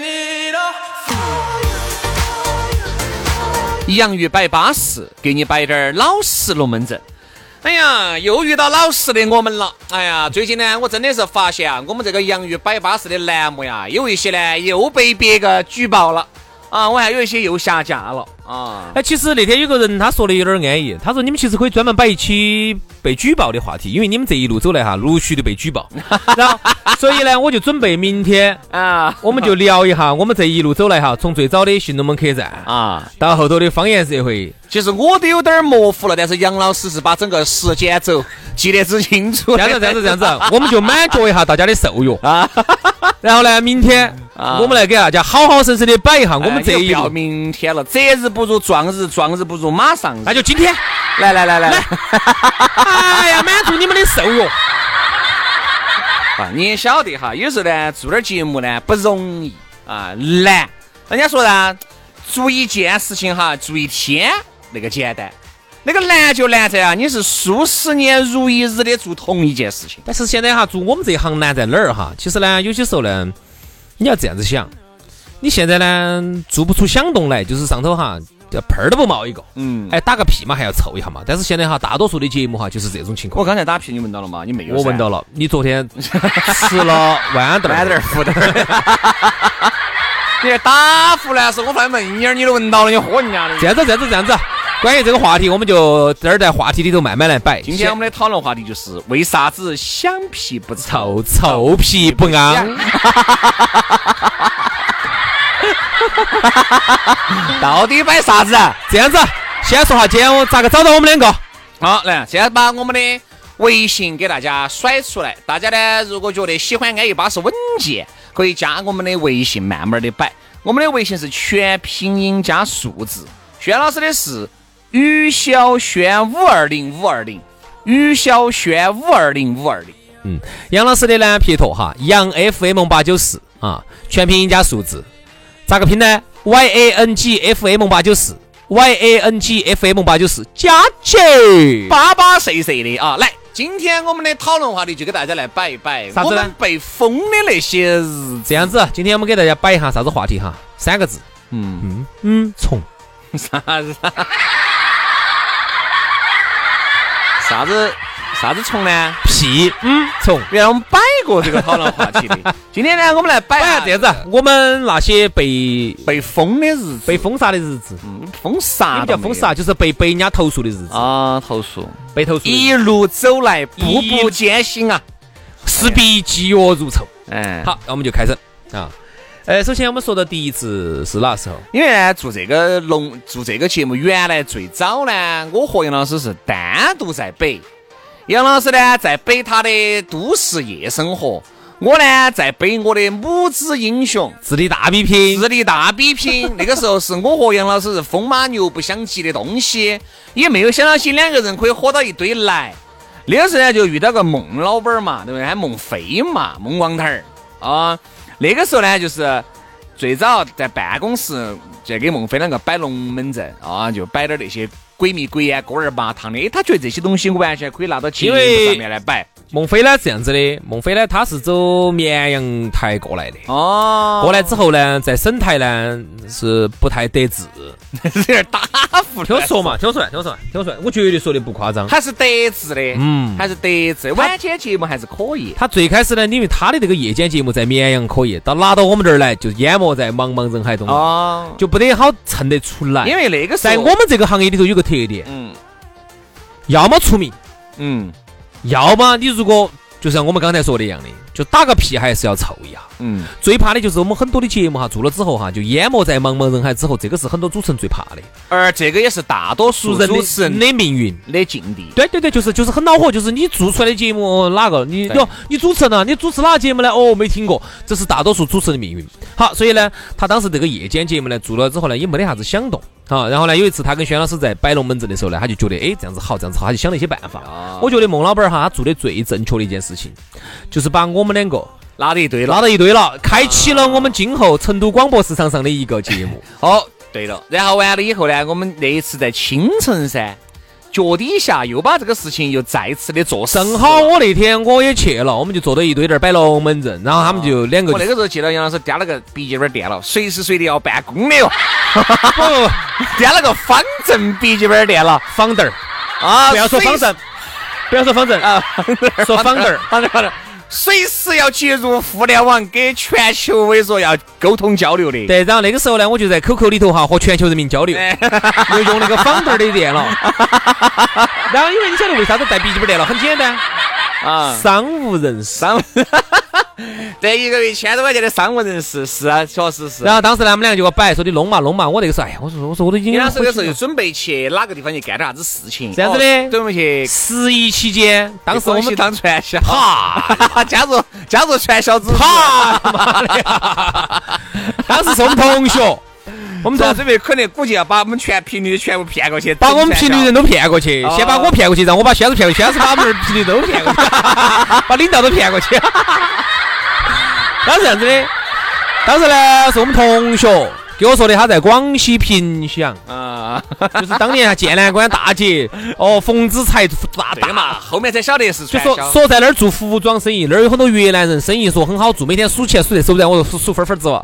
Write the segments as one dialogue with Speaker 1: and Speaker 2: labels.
Speaker 1: it all.
Speaker 2: 洋芋摆巴适，给你摆点儿老实龙门阵。哎呀，又遇到老实的我们了。哎呀，最近呢，我真的是发现啊，我们这个洋芋摆巴适的栏目呀，有一些呢又被别个举报了啊，我还有一些又下架了啊。
Speaker 3: 哎，其实那天有个人他说的有点儿安逸，他说你们其实可以专门摆一期被举报的话题，因为你们这一路走来哈，陆续的被 举报，然后所以呢，我就准备明天
Speaker 2: 啊
Speaker 3: 我们就聊一下我们这一路走来哈，从最早的新龙门客栈啊，
Speaker 2: 啊！
Speaker 3: 到后头的方言社会，
Speaker 2: 其实我都有点儿模糊了，但是杨老师是把整个时间轴记得之清楚
Speaker 3: 这
Speaker 2: 的。
Speaker 3: 样子这样子这样 子，我们就满足一下大家的受用啊。然后呢，明天
Speaker 2: 啊
Speaker 3: 我们来给大家好好生生的摆一下我
Speaker 2: 哎
Speaker 3: 们这
Speaker 2: 又
Speaker 3: 一
Speaker 2: 不要
Speaker 3: 路，
Speaker 2: 明天了，择日不如撞日，撞日不如马上日。
Speaker 3: 那就今天，
Speaker 2: 来来来来来。
Speaker 3: 哎呀，满足你们的受用。
Speaker 2: 啊，你也晓得哈，有时候呢做点节目呢不容易啊，难。人家说呢，做一件事情哈，做一天那个简单，那个难就难在啊，你是数十年如一日的做同一件事情。
Speaker 3: 但是现在哈，做我们这一行难在哪儿哈？其实呢，有些时候呢，你要这样子想，你现在呢做不出响动来，就是上头哈，这盆儿都不冒一个，
Speaker 2: 嗯，
Speaker 3: 哎，打个屁嘛还要凑一下嘛。但是现在哈，大多数的节目哈就是这种情况。
Speaker 2: 我刚才打屁你闻到了吗？你没有？
Speaker 3: 我闻到
Speaker 2: 了，
Speaker 3: 了，你昨 天吃了豌豆儿，
Speaker 2: 豌豆儿、胡豆儿。你这打胡乱说，我发现门眼儿你都闻到了，你喝人家的
Speaker 3: 这。样子，这样子，这样子。关于这个话题，我们就这儿在话题里头慢慢来摆。
Speaker 2: 今天我们的讨论话题就是为啥子响屁不臭？
Speaker 3: 臭臭屁不
Speaker 2: 哎
Speaker 3: 安，
Speaker 2: 到底摆啥子？
Speaker 3: 这样子。先说下今天我咋个找到我们两个？
Speaker 2: 好，来，现在把我们的微信给大家甩出来。大家呢，如果觉得喜欢安逸巴适稳健，可以加我们的微信，慢慢的摆。我们的微信是全拼音加数字，轩老师的是于小轩五二零五二零，于小轩五二零五二零。
Speaker 3: 嗯，杨老师的呢，撇脱哈，杨 FM 八九四啊，全拼音加数字，咋个拼呢？Y A N G F M 八九四，Y A N G F M 八九四，加起。
Speaker 2: 巴巴碎碎的啊！来，今天我们的讨论话题就给大家来摆一摆，
Speaker 3: 啥子
Speaker 2: 我
Speaker 3: 呢
Speaker 2: 们被封的那些日子。
Speaker 3: 这样子，今天我们给大家摆一下啥子话题哈？三个字，
Speaker 2: 嗯
Speaker 3: 嗯嗯，虫。
Speaker 2: 啥子？啥子啥子虫呢？
Speaker 3: 屁，嗯，虫。
Speaker 2: 原来我们摆过这个讨论话题的。 今天呢，我们来摆
Speaker 3: 哎呀，这样子，我们那些被
Speaker 2: 被封的日子，
Speaker 3: 被封杀的日子，
Speaker 2: 嗯封杀
Speaker 3: 也
Speaker 2: 都
Speaker 3: 不
Speaker 2: 没
Speaker 3: 叫封
Speaker 2: 有，
Speaker 3: 杀，就是被被人家投诉的日子，
Speaker 2: 啊！哎投诉，
Speaker 3: 被投诉的日子
Speaker 2: 一路走来步
Speaker 3: 一
Speaker 2: 步艰辛啊！
Speaker 3: 势必嫉恶如仇。
Speaker 2: 哎，
Speaker 3: 好，那我们就开始啊。呃，首先我们说到第一次是哪时候？
Speaker 2: 因为呢，做这个龙做这个节目，原来最早呢，我和杨老师是单独在北，杨老师呢在北他的都市夜生活，我呢在北我的母子英雄。
Speaker 3: 智力大比拼，
Speaker 2: 智力大 比拼，那个时候是我和杨老师是风马牛不相及的东西，也没有想到起两个人可以火到一堆来。那个时候呢，就遇到个孟老板儿嘛，对不对？还孟非嘛，孟光头儿啊。那个时候呢，就是最早在办公室就给孟非两个摆龙门阵啊，就摆啊点那些鬼迷鬼眼、锅儿八汤的。哎他觉得这些东西完全可以拿到节目
Speaker 3: 因为
Speaker 2: 上面来摆。
Speaker 3: 孟非呢是这样子的，孟非呢他是走绵阳台过来的，
Speaker 2: 哦，
Speaker 3: 过来之后呢，在省台呢是不太得志。
Speaker 2: 有点 打呼
Speaker 3: 听我
Speaker 2: 了，
Speaker 3: 说嘛，听我说完，听我说完，听我说完，我绝对说的不夸张。
Speaker 2: 还是得志的，
Speaker 3: 嗯
Speaker 2: 还是得志。晚间节目还是可以，
Speaker 3: 他最开始呢，因为他的这个夜间节目在绵阳可以，到拿到我们这儿来就淹没在茫茫人海中，
Speaker 2: 哦，
Speaker 3: 就不得好衬得出来。
Speaker 2: 因为那个时候，
Speaker 3: 在我们这个行业里头有个特点，
Speaker 2: 嗯
Speaker 3: 要么出名，
Speaker 2: 嗯
Speaker 3: 要么你如果就像我们刚才说的一样的，就打个屁还是要凑一下。
Speaker 2: 嗯，
Speaker 3: 最怕的就是我们很多的节目哈做了之后哈，就淹没在茫茫人海之后，这个是很多主持人最怕的，
Speaker 2: 而这个也是大多数
Speaker 3: 的
Speaker 2: 主持人
Speaker 3: 的命运。
Speaker 2: 的境地。
Speaker 3: 对对对，就是就是很恼火，就是你做出来的节目哦哪个你
Speaker 2: 对
Speaker 3: 哟你主持人啊，你主持哪个节目呢？哦，没听过，这是大多数主持人的命运。好，所以呢，他当时这个夜间节目呢做了之后呢，也没得啥子响动。好，然后呢，有一次他跟轩老师在摆龙门阵的时候呢，他就觉得哎这样子好，这样子好，他就想了一些办
Speaker 2: 啊
Speaker 3: 法。我觉得孟老板儿哈，他做的最正确的一件事情，就是把我们两个
Speaker 2: 拉的一堆
Speaker 3: 拉
Speaker 2: 了。
Speaker 3: 到一堆了，开启了我们今后成都广播市场上的一个节 目。
Speaker 2: 哦，对了，然后完了以后呢，我们那一次在青城噻，脚底下又把这个事情又再次的做实了
Speaker 3: 正好我那天我也去了，我们就坐到一堆这儿摆龙门阵，然后他们就两个
Speaker 2: 啊我那个时候记得杨老师掂了个笔记本电了，随时随地要办公的哟，
Speaker 3: 不不不
Speaker 2: 掂了个方正笔记本电了
Speaker 3: 方凳儿，
Speaker 2: 啊！
Speaker 3: 不要说
Speaker 2: 随
Speaker 3: 方
Speaker 2: 时
Speaker 3: 正，不要说方正，
Speaker 2: 啊，
Speaker 3: 说方凳儿。
Speaker 2: 方正方正，随时要进入互联网跟全球萎缩要沟通交流的。
Speaker 3: 对，然后那个时候呢，我就在 QQ 里头哈和全球人民交流，
Speaker 2: 哎
Speaker 3: 就用那个方凳儿的 电脑。然后因为你晓得为啥子带笔记本电脑？很简单，
Speaker 2: 啊，
Speaker 3: 商务人士。
Speaker 2: 商务， 对一个月一千多块钱的商务人士是啊，确实是。
Speaker 3: 然后当时呢，他们两个就给我摆，说你弄嘛弄嘛。我那个时候，哎呀，我说我说我都已经
Speaker 2: 你当时
Speaker 3: 回
Speaker 2: 的
Speaker 3: 去
Speaker 2: 时候就
Speaker 3: 了
Speaker 2: 准备去哪个地方去干点啥子事情？
Speaker 3: 这样子的
Speaker 2: 哦准备去。
Speaker 3: 十一期间，当时我 们
Speaker 2: 当传销，
Speaker 3: 啪
Speaker 2: 啪，加入加入传销组织，
Speaker 3: 啪，他妈的呀， 当时是我们同学，我们
Speaker 2: 这
Speaker 3: 同
Speaker 2: 准备可能估计要把我们全频率全部骗过去，
Speaker 3: 把我们频率人都骗过去，
Speaker 2: 哦
Speaker 3: 先把我骗过去，让我把轩子骗过去，轩子把我们频率都骗过去， 把领导都骗过去。 当时这样子的，当时呢是我们同学给我说的，他在广西萍乡，
Speaker 2: 啊，
Speaker 3: 就是当年剑南关大姐哦，冯子材大
Speaker 2: 对
Speaker 3: 大
Speaker 2: 的嘛，后面才晓得是
Speaker 3: 就
Speaker 2: 传
Speaker 3: 说
Speaker 2: 销。
Speaker 3: 说在那儿做服装生意，那儿有很多越南人，生意说很好做，每天数钱数得手软，我说数数分分子哇，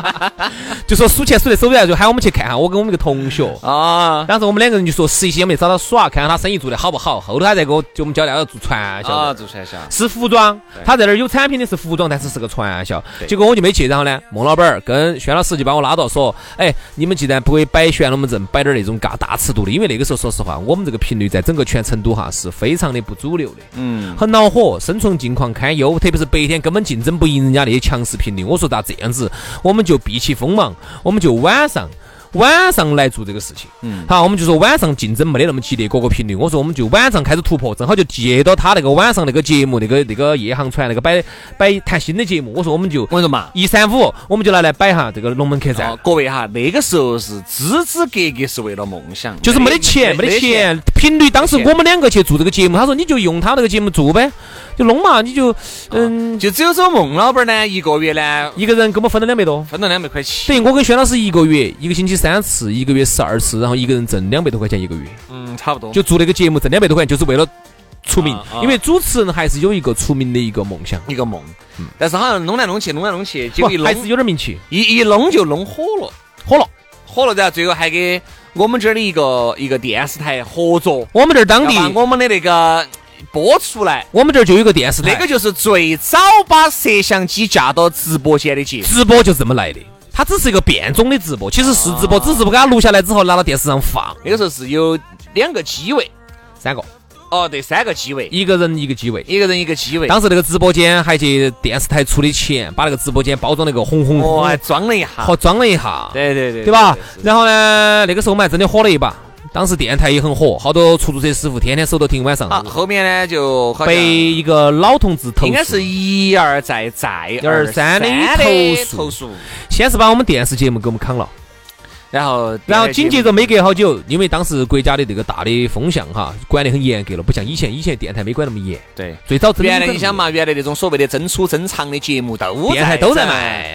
Speaker 3: 就说数钱数得手软，就喊我们去看哈，我跟我们一个同学。
Speaker 2: 啊
Speaker 3: 当时我们两个人就说实习，我们找他耍，看看他生意做得好不好。后头他再给我就我们交代要做传销
Speaker 2: 啊，
Speaker 3: 的，
Speaker 2: 做传销，
Speaker 3: 是服装，他在那儿有产品的是服装，但是是个传销。结果我就没去，然后呢，孟老板儿跟轩老师就把我拉到说，哎，你们既然不会摆悬龙门阵，摆点儿那种嘎大尺度的，因为那个时候说实话，我们这个频率在整个全成都哈是非常的不主流的。
Speaker 2: 嗯，
Speaker 3: 很恼火，生存境况堪忧，特别是白天根本竞争不赢人家那些强势频率。我说咋这样子，我们就避其锋芒，我们就晚上。晚上来做这个事情，嗯，好，我们就说晚上竞争没得那么激烈，各个频率，我说我们就晚上开始突破，正好就接到他那个晚上那个节目，那个那个夜航船那个摆摆谈心的节目，我说我们就
Speaker 2: 我跟你说嘛，
Speaker 3: 一三五，我们就拿来摆哈这个龙门客栈
Speaker 2: 哦，，各位哈，那个时候是支支格格是为了梦想，
Speaker 3: 就是没得钱，没得。钱。频率当时我们两个去做这个节目，他说你就用他那个节目做呗，就弄嘛，你就嗯
Speaker 2: 就只有这孟老板呢，一个月呢
Speaker 3: 一个人给我们分了两百多，
Speaker 2: 分了两百块钱，
Speaker 3: 等于我跟轩老师一个月一个星期三次，一个月十二次，然后一个人挣两百多块钱一个月，
Speaker 2: 嗯，差不多。
Speaker 3: 就做那个节目挣两百多块钱，就是为了出名
Speaker 2: 啊啊，
Speaker 3: 因为主持人还是有一个出名的一个梦想，
Speaker 2: 一个梦，但是好像弄来弄去，弄来弄去，结
Speaker 3: 不
Speaker 2: 果一
Speaker 3: 嗯还是
Speaker 2: 弄
Speaker 3: 有点名气，
Speaker 2: 一一弄就弄火了，
Speaker 3: 火了。
Speaker 2: 火了，然后最后还给我们这儿的一个一个电视台合作，
Speaker 3: 我们这儿当地
Speaker 2: 要，把我们的那个呃播出来。
Speaker 3: 我们这儿就有一个电视
Speaker 2: 那
Speaker 3: 台
Speaker 2: 个，就是最早把摄像机架到直播间的节目，
Speaker 3: 直播就是这么来的。它只是一个变种的直播，其实是直播，
Speaker 2: 啊
Speaker 3: 只是不给它录下来之后拿到电视上放。
Speaker 2: 那个时候是有两个机位，
Speaker 3: 三个，
Speaker 2: 哦，对，三个机位，
Speaker 3: 一个人一个机位。
Speaker 2: 一个人一个机位。
Speaker 3: 当时那个直播间还去电视台出的钱，把那个直播间包装那个红红
Speaker 2: 哦，
Speaker 3: 火
Speaker 2: 还装了一下，
Speaker 3: 火装了一下。
Speaker 2: 对对对，
Speaker 3: 对吧
Speaker 2: 对？是
Speaker 3: 然后呢，那个时候我们还真的火了一把，当时电台也很火，好多出租车师傅天天守到停晚上，
Speaker 2: 啊，后面呢就好像
Speaker 3: 被一个老同志投诉，
Speaker 2: 应该是一而再再
Speaker 3: 而
Speaker 2: 而
Speaker 3: 三
Speaker 2: 三
Speaker 3: 的
Speaker 2: 的
Speaker 3: 投诉
Speaker 2: 投诉，
Speaker 3: 先是把我们电视节目给我们扛了，
Speaker 2: 然后
Speaker 3: 然后紧接着没隔好久，因为当时国家的这个大的风向哈，管得很严格了，不像以前，以前电台没管那么严。
Speaker 2: 对。
Speaker 3: 最早真的
Speaker 2: 原
Speaker 3: 没管那
Speaker 2: 来
Speaker 3: 么
Speaker 2: 你想嘛，原来那种所谓的真粗真长的节目都
Speaker 3: 严，电台都在卖，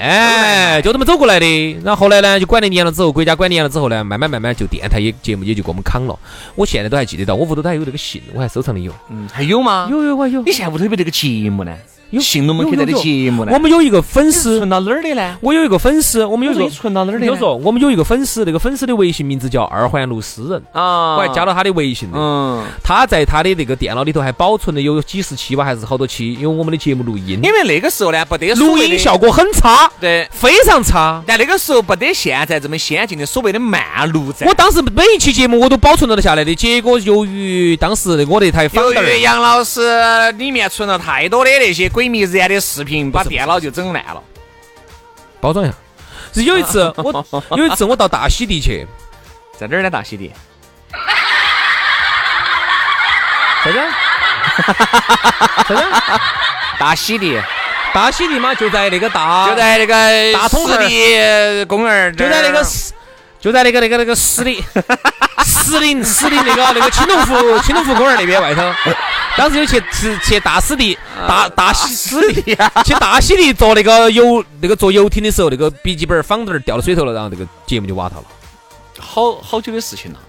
Speaker 3: 哎，就这么走过来的。然后后来呢，就管得严了之后，国家管得严了之后呢，慢慢慢慢就电台也节目也就给我们扛了。我现在都还记得到，我屋头都还有这个信，我还收藏的有。
Speaker 2: 嗯，还有吗？
Speaker 3: 有有我还有
Speaker 2: 你。现在屋头有没得这个节目呢？
Speaker 3: 有
Speaker 2: 信龙门
Speaker 3: 有
Speaker 2: 客栈的
Speaker 3: 有有
Speaker 2: 节目呢？
Speaker 3: 我们有一个粉丝
Speaker 2: 存，到哪儿的呢？
Speaker 3: 我有一个粉丝，我们有一
Speaker 2: 我说
Speaker 3: 个
Speaker 2: 你存到哪儿的呢？
Speaker 3: 有时候我们有一个粉丝，那个粉丝的微信名字叫二环路诗人，
Speaker 2: 啊，
Speaker 3: 我还加了他的微信的。
Speaker 2: 嗯，
Speaker 3: 他在他的那个电脑里头还保存了有几十期吧，还是好多期，因为我们的节目录音，
Speaker 2: 因为那个时候呢，不得所
Speaker 3: 录
Speaker 2: 谓的
Speaker 3: 音效果很差，
Speaker 2: 对。
Speaker 3: 非常差。
Speaker 2: 但那个时候不得现在这么先进的所谓的慢录站。
Speaker 3: 我当时每一期节目我都保存了下来的，结果由于当时我那台
Speaker 2: 由
Speaker 3: 访
Speaker 2: 于
Speaker 3: 儿，
Speaker 2: 杨老师里面存了太多的那些鬼迷日眼的视频，把电脑就整烂了。
Speaker 3: 包装一下。是有一次我有一次我到大溪地 去，
Speaker 2: 在哪儿呢？大溪地？
Speaker 3: 啥子？啥子？
Speaker 2: 大溪地
Speaker 3: 啊大溪地嘛，就在那个大
Speaker 2: 就在那个
Speaker 3: 大通河
Speaker 2: 湿地公园，
Speaker 3: 就在那个石，就在那个那个那个石林，石林石林那个那个青龙湖青龙湖公园那边外头。当时有去去去大湿地，大大溪湿地，去大溪地坐那个游那个坐游艇的时候，那个笔记本儿仿儿掉到水头了，然后这个节目就瓦塌了，
Speaker 2: 好好久的事情了，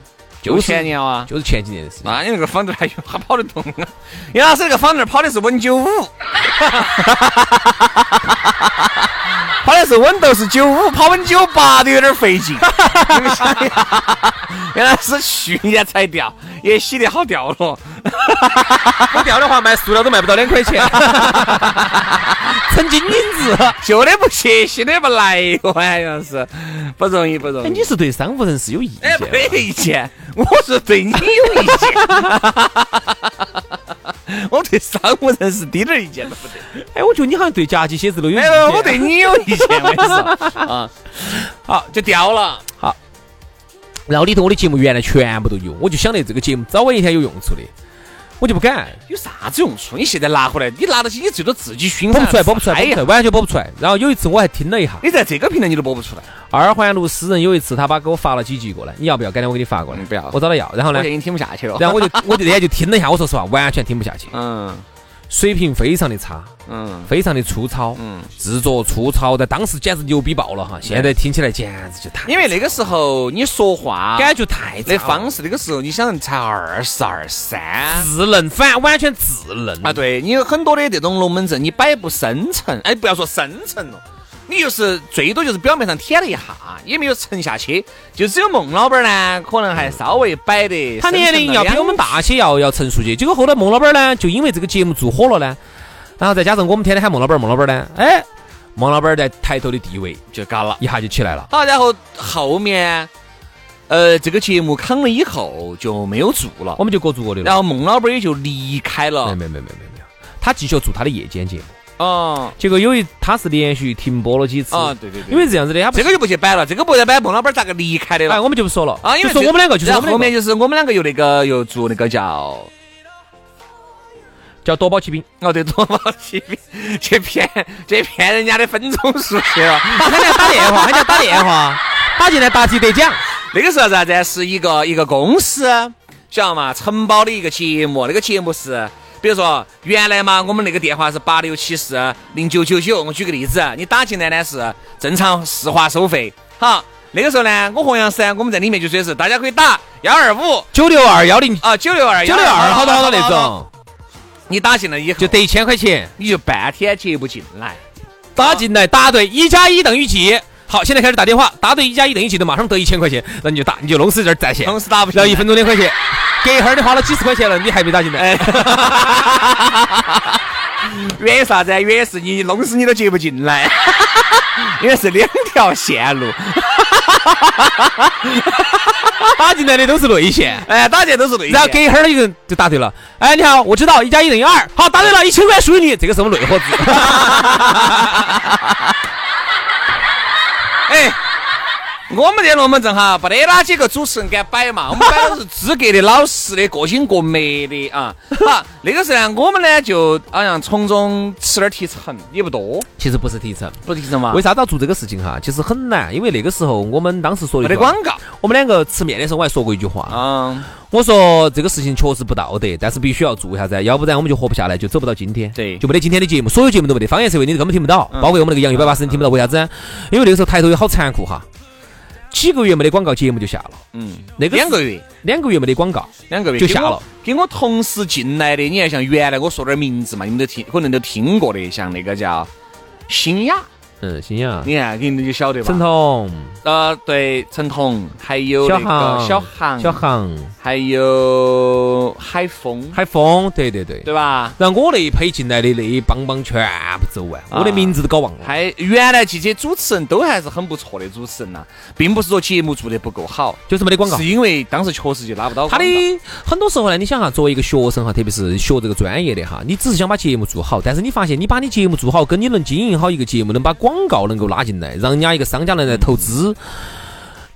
Speaker 3: 就是
Speaker 2: 有前年啊。
Speaker 3: 就是前几年的事情。
Speaker 2: 那你那个方队还有还跑得动啊？杨老师那个方队跑的是 Win 九五，跑的是 Windows 九五，跑 Win 九八都有点费劲。 你们想一下，杨老师去年才掉，也洗得好掉了。
Speaker 3: 我掉的话，卖塑料都卖不到两块钱，成金银子。
Speaker 2: 旧的不去，新的不来哟， 哎杨老师不容易，不容
Speaker 3: 哎，
Speaker 2: 易
Speaker 3: 你。是对商务人士有意
Speaker 2: 哎，
Speaker 3: 见吗？
Speaker 2: 没意见，我是对你有意 见。 我对商务人士滴点儿意见都不得。
Speaker 3: 哎，我觉得你好像对夹击写字楼有意
Speaker 2: 哎
Speaker 3: 见。
Speaker 2: 我对你有意见，我跟你说 啊，好就掉了。
Speaker 3: 然后里头我的节目原来全部都有，我就想得这个节目早晚一天有用处的，我就不敢
Speaker 2: 有啥子用处？你现在拿回来，你拿到起，你最多自己熏
Speaker 3: 播
Speaker 2: 上
Speaker 3: 不出来，播不出来，播
Speaker 2: 哎
Speaker 3: 不出来，
Speaker 2: 呀，
Speaker 3: 完全播不出来。然后有一次我还听了一下，
Speaker 2: 你在这个平台你都播不出来。
Speaker 3: 二环路诗人有一次他把给我发了几集过来，你要不要？改天我给你发过来，
Speaker 2: 嗯不要
Speaker 3: 我找他要。然后
Speaker 2: 我
Speaker 3: 呢
Speaker 2: 现在，已经听不下去了。
Speaker 3: 然后我就我就那天就听了一下，我说实话，完全听不下去，
Speaker 2: 嗯
Speaker 3: 水平非常的差，
Speaker 2: 嗯，
Speaker 3: 非常的粗糙，
Speaker 2: 嗯
Speaker 3: 制作粗糙，在当时简直牛逼爆了哈，现在听起来简直就太，
Speaker 2: 因为那个时候你说话
Speaker 3: 感觉太差
Speaker 2: 那
Speaker 3: 了
Speaker 2: 方式，那个时候你想才二十二三
Speaker 3: 稚嫩，反完全稚嫩
Speaker 2: 啊，对你有很多的这种龙门阵，你摆不深层，哎，不要说深层了。你就是最多就是表面上舔了一下，也没有沉下去。就只有孟老板呢，可能还稍微摆得
Speaker 3: 他
Speaker 2: 深层
Speaker 3: 年
Speaker 2: 了
Speaker 3: 龄要比我们大些，要要成熟些。结果后来孟老板呢，就因为这个节目做火了呢，然后再加上我们天天喊孟老板，孟老板呢，哎，孟老板在抬头的地位
Speaker 2: 就嘎了。
Speaker 3: 一下就起来了。
Speaker 2: 好，然后后面，呃，这个节目扛了以后就没有做了
Speaker 3: 我，们就各做各的
Speaker 2: 然
Speaker 3: 哦了。
Speaker 2: 后孟老板也就离开
Speaker 3: 没有
Speaker 2: 了。
Speaker 3: 没有没有没有没有，他继续做他的夜间节目。
Speaker 2: 哦，
Speaker 3: 结果有一他是连续停播了几次
Speaker 2: 啊对对对
Speaker 3: 因为这样子的，他不
Speaker 2: 这个就不去摆了，这个不得摆，孟老板咋个离开的
Speaker 3: 哎，
Speaker 2: 了？
Speaker 3: 我们就不说了
Speaker 2: 啊，因为
Speaker 3: 就说
Speaker 2: 这
Speaker 3: 我们两个，就是
Speaker 2: 然
Speaker 3: 我
Speaker 2: 后
Speaker 3: 们
Speaker 2: 后
Speaker 3: 两
Speaker 2: 面
Speaker 3: 个
Speaker 2: 就是我们两个又那个又做那个叫
Speaker 3: 叫夺宝奇兵，
Speaker 2: 哦对，多宝奇兵去骗去骗人家的分钟数去了。
Speaker 3: 喊人家打电话，喊人家打电话， 打进来答题得奖。
Speaker 2: 那个时候啥子啊？是一个一个公司，晓得嘛？承包的一个节目，那个节目是，比如说原来嘛，我们那个电话是八六七四零九九九，我举个例子，啊你打进来呢是正常市话收费，好。那个时候呢，我和杨师啊，我们在里面就说是大家可以打幺二五
Speaker 3: 九六二幺零
Speaker 2: 啊九六二
Speaker 3: 九六二，好多好多那，种，
Speaker 2: 你打进来以后
Speaker 3: 就得一千块钱。
Speaker 2: 你就半天接不进来，
Speaker 3: 打进来，答对一加一等于几？好，现在开始打电话，答对一加一等于几的，马上得一千块钱，那你就打，你就弄死这儿占线，
Speaker 2: 同时打不进
Speaker 3: 然
Speaker 2: 来
Speaker 3: 后一分钟两 块钱，隔一会儿你花了几十块钱了，你还没打进来，
Speaker 2: 哎， 原因啥子啊？原因是你弄死你都接不进来，因为是两条线路，
Speaker 3: 打进来的都是 内线。
Speaker 2: 哎，打这都是内线。
Speaker 3: 然后隔一会儿，一个人就答对了。哎，你好，我知道一加一等于二。好，答对了，一千块属于你。这个是我们内伙子。
Speaker 2: 哎，我们这龙门阵哈，不得哪几个主持人敢摆嘛，我们摆的是资格的、老实的、各行各美的啊。好，那个时候呢，我们呢就好像从中吃点提成，也不多，
Speaker 3: 其实不是提成。
Speaker 2: 不是提成嘛
Speaker 3: 为，啥子要做这个事情哈？其实很难，因为那个时候我们当时说的
Speaker 2: 没得广告。
Speaker 3: 我们两个吃面的时候，我还说过一句话，
Speaker 2: 嗯，
Speaker 3: 我说这个事情确实不道德，但是必须要做一下噻，要不然我们就活不下来，就走不到今天，
Speaker 2: 对嗯
Speaker 3: 就没得今天的节目，所有节目都没得，方言社会你都根本听不到，包括我们那个洋芋摆巴士你听不到，为啥子呢？因为那个时候抬头也好残酷哈，几个月没得广告节目就下了，
Speaker 2: 嗯，
Speaker 3: 那个是
Speaker 2: 两个月，
Speaker 3: 两个月没得广告，
Speaker 2: 两个月
Speaker 3: 就下了。
Speaker 2: 跟我跟我同时进来的，你看像原来我说点名字嘛，你们都听，可能都听过的，像那个叫新雅，
Speaker 3: 嗯，行呀，
Speaker 2: 你看肯定就晓得吧？
Speaker 3: 沈彤、
Speaker 2: 呃，对，陈彤，还有
Speaker 3: 小
Speaker 2: 那个
Speaker 3: 航、
Speaker 2: 小航，
Speaker 3: 小，航、
Speaker 2: 还有海峰，
Speaker 3: 海峰，对对对。
Speaker 2: 对吧？
Speaker 3: 然后我那一批进来的那一帮帮全部走完，我的名字都搞忘了。
Speaker 2: 啊还原来这些主持人都还是很不错的主持人呐、并不是说节目做得不够好，
Speaker 3: 就是没得广告
Speaker 2: 是。因为当时确实就拉不到
Speaker 3: 他的
Speaker 2: 广告
Speaker 3: 很多时候呢，你想哈，作为一个学生哈，特别是学这个专业的哈，你只是想把节目做好，但是你发现你把你节目做好，跟你能经营好一个节目，能把广告能够拉进来，让人家一个商家能来投资，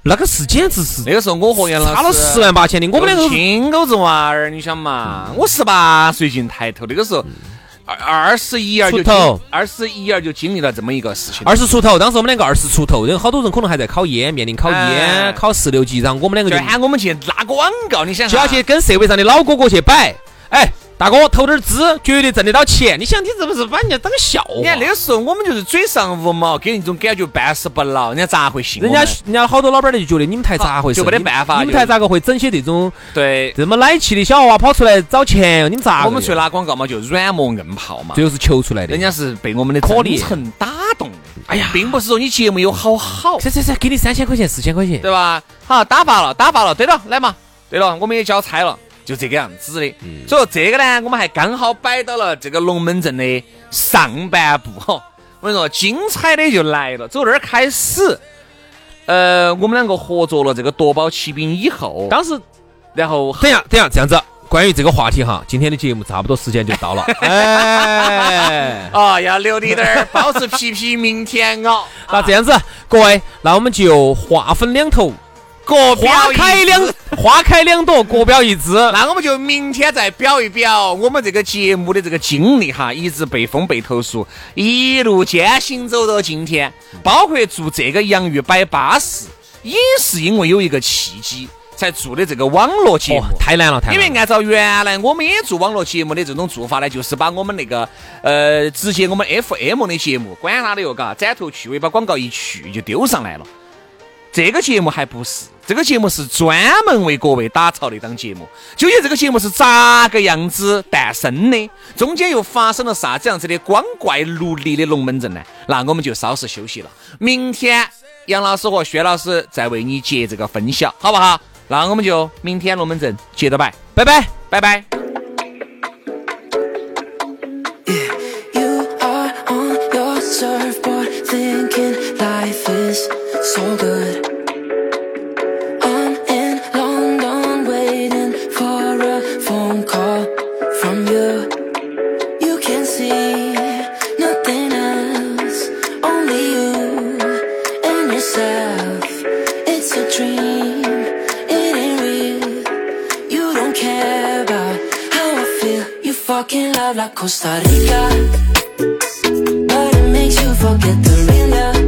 Speaker 3: 那个是简直是
Speaker 2: 那个时候我和杨老师
Speaker 3: 差了十万八千里。我们两个都是
Speaker 2: 青狗子娃儿，你想
Speaker 3: 嗯
Speaker 2: 嘛，我十八岁进抬头，那个时候二二十一二就
Speaker 3: 出头
Speaker 2: 二十一二就经历了这么一个事情。
Speaker 3: 二十出头，当时我们两个二十出头，然后好多人可能还在考研，面临考
Speaker 2: 哎
Speaker 3: 研、考十六级，然后我们两
Speaker 2: 就
Speaker 3: 个就
Speaker 2: 喊我们去拉广告，你想
Speaker 3: 就要去跟社会上的老哥哥去摆，哎，大哥投点资，绝对挣得到钱。你想，你这不是把人家当个啊笑话？
Speaker 2: 你看那个时候我们就是嘴上无毛，给人一种感觉办事不牢，人家咋会信我
Speaker 3: 人
Speaker 2: 们？
Speaker 3: 家人家好多老板儿就觉得你们台咋回事？
Speaker 2: 啊就没得办法
Speaker 3: 你们
Speaker 2: 就
Speaker 3: 台咋个会整些这种
Speaker 2: 对，
Speaker 3: 这么奶气的小娃娃跑出来找钱？你们咋个的？
Speaker 2: 我们去拉广告嘛，就软磨硬泡嘛
Speaker 3: 这。就是求出来的。
Speaker 2: 人家是被我们的
Speaker 3: 可
Speaker 2: 真
Speaker 3: 怜
Speaker 2: 诚打动。哎呀，并不是说你节目有好好，
Speaker 3: 这这这给你三千块钱、四千块钱，
Speaker 2: 对吧？好，打发了，打发了。对了，来嘛。对了，我们也交差了，就这个样子的。所以说这个呢，我们还刚好摆到了这个龙门阵的上半部哈。我跟你说，精彩的就来了。从那儿开始，呃，我们两个合作了这个夺宝奇兵以后，
Speaker 3: 当时
Speaker 2: 然 后
Speaker 3: 等一下，等一下，这样子。关于这个话题哈，今天的节目差不多时间就 到了。哎，
Speaker 2: 啊、要留你点儿，保持皮皮，明天 哦。
Speaker 3: 那这样子，各位，那我们就话分两头，
Speaker 2: 各
Speaker 3: 花
Speaker 2: 表一
Speaker 3: 开
Speaker 2: 枝
Speaker 3: 两花开两朵，各表一枝。
Speaker 2: 那我们就明天再表一表我们这个节目的这个经历哈，一直被封被投诉，一路艰辛走到今天，包括做这个洋芋摆巴士，也是因为有一个契机才做的这个网络节
Speaker 3: 哦
Speaker 2: 目。，
Speaker 3: 太难了，太
Speaker 2: 因
Speaker 3: 难
Speaker 2: 为
Speaker 3: 了。
Speaker 2: 按照原来我们也做网络节目的这种做法呢，就是把我们那个呃，直接我们 FM 的节目，管他的哟，嘎，斩头去尾，把广告一去就丢上来了。这个节目还不是，这个节目是专门为各位打造的一档节目。究竟这个节目是咋个样子诞生的？中间又发生了啥子样子的光怪陆离的龙门阵呢？那我们就稍事休息了，明天杨老师和薛老师再为你解这个分晓，好不好？那我们就明天龙门阵接着摆，
Speaker 3: 拜拜。
Speaker 2: 拜拜。
Speaker 4: You are on your surfboard thinking life is so good. I'm in London waiting for a phone call from you. You can see nothing else, only you and yourself. It's a dream, it ain't real. You don't care about how I feel. You fucking love like Costa Rica. But it makes you forget the real love.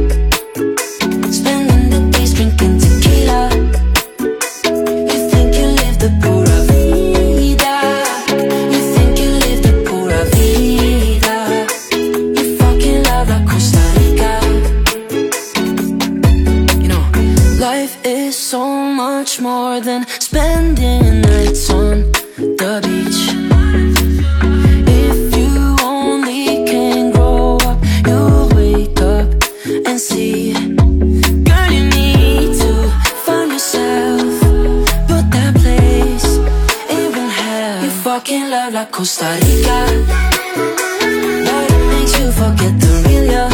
Speaker 4: Spending the days drinking tequila. You think you live the pura vida. You think you live the pura vida. You fucking love like Costa Rica. You know, life is so much more than spending nights on the beach. If you only can grow up, you'll wake up and see. Girl, you need to find yourself, but that place it won't have. You fucking love like Costa Rica, but it makes you forget the real you.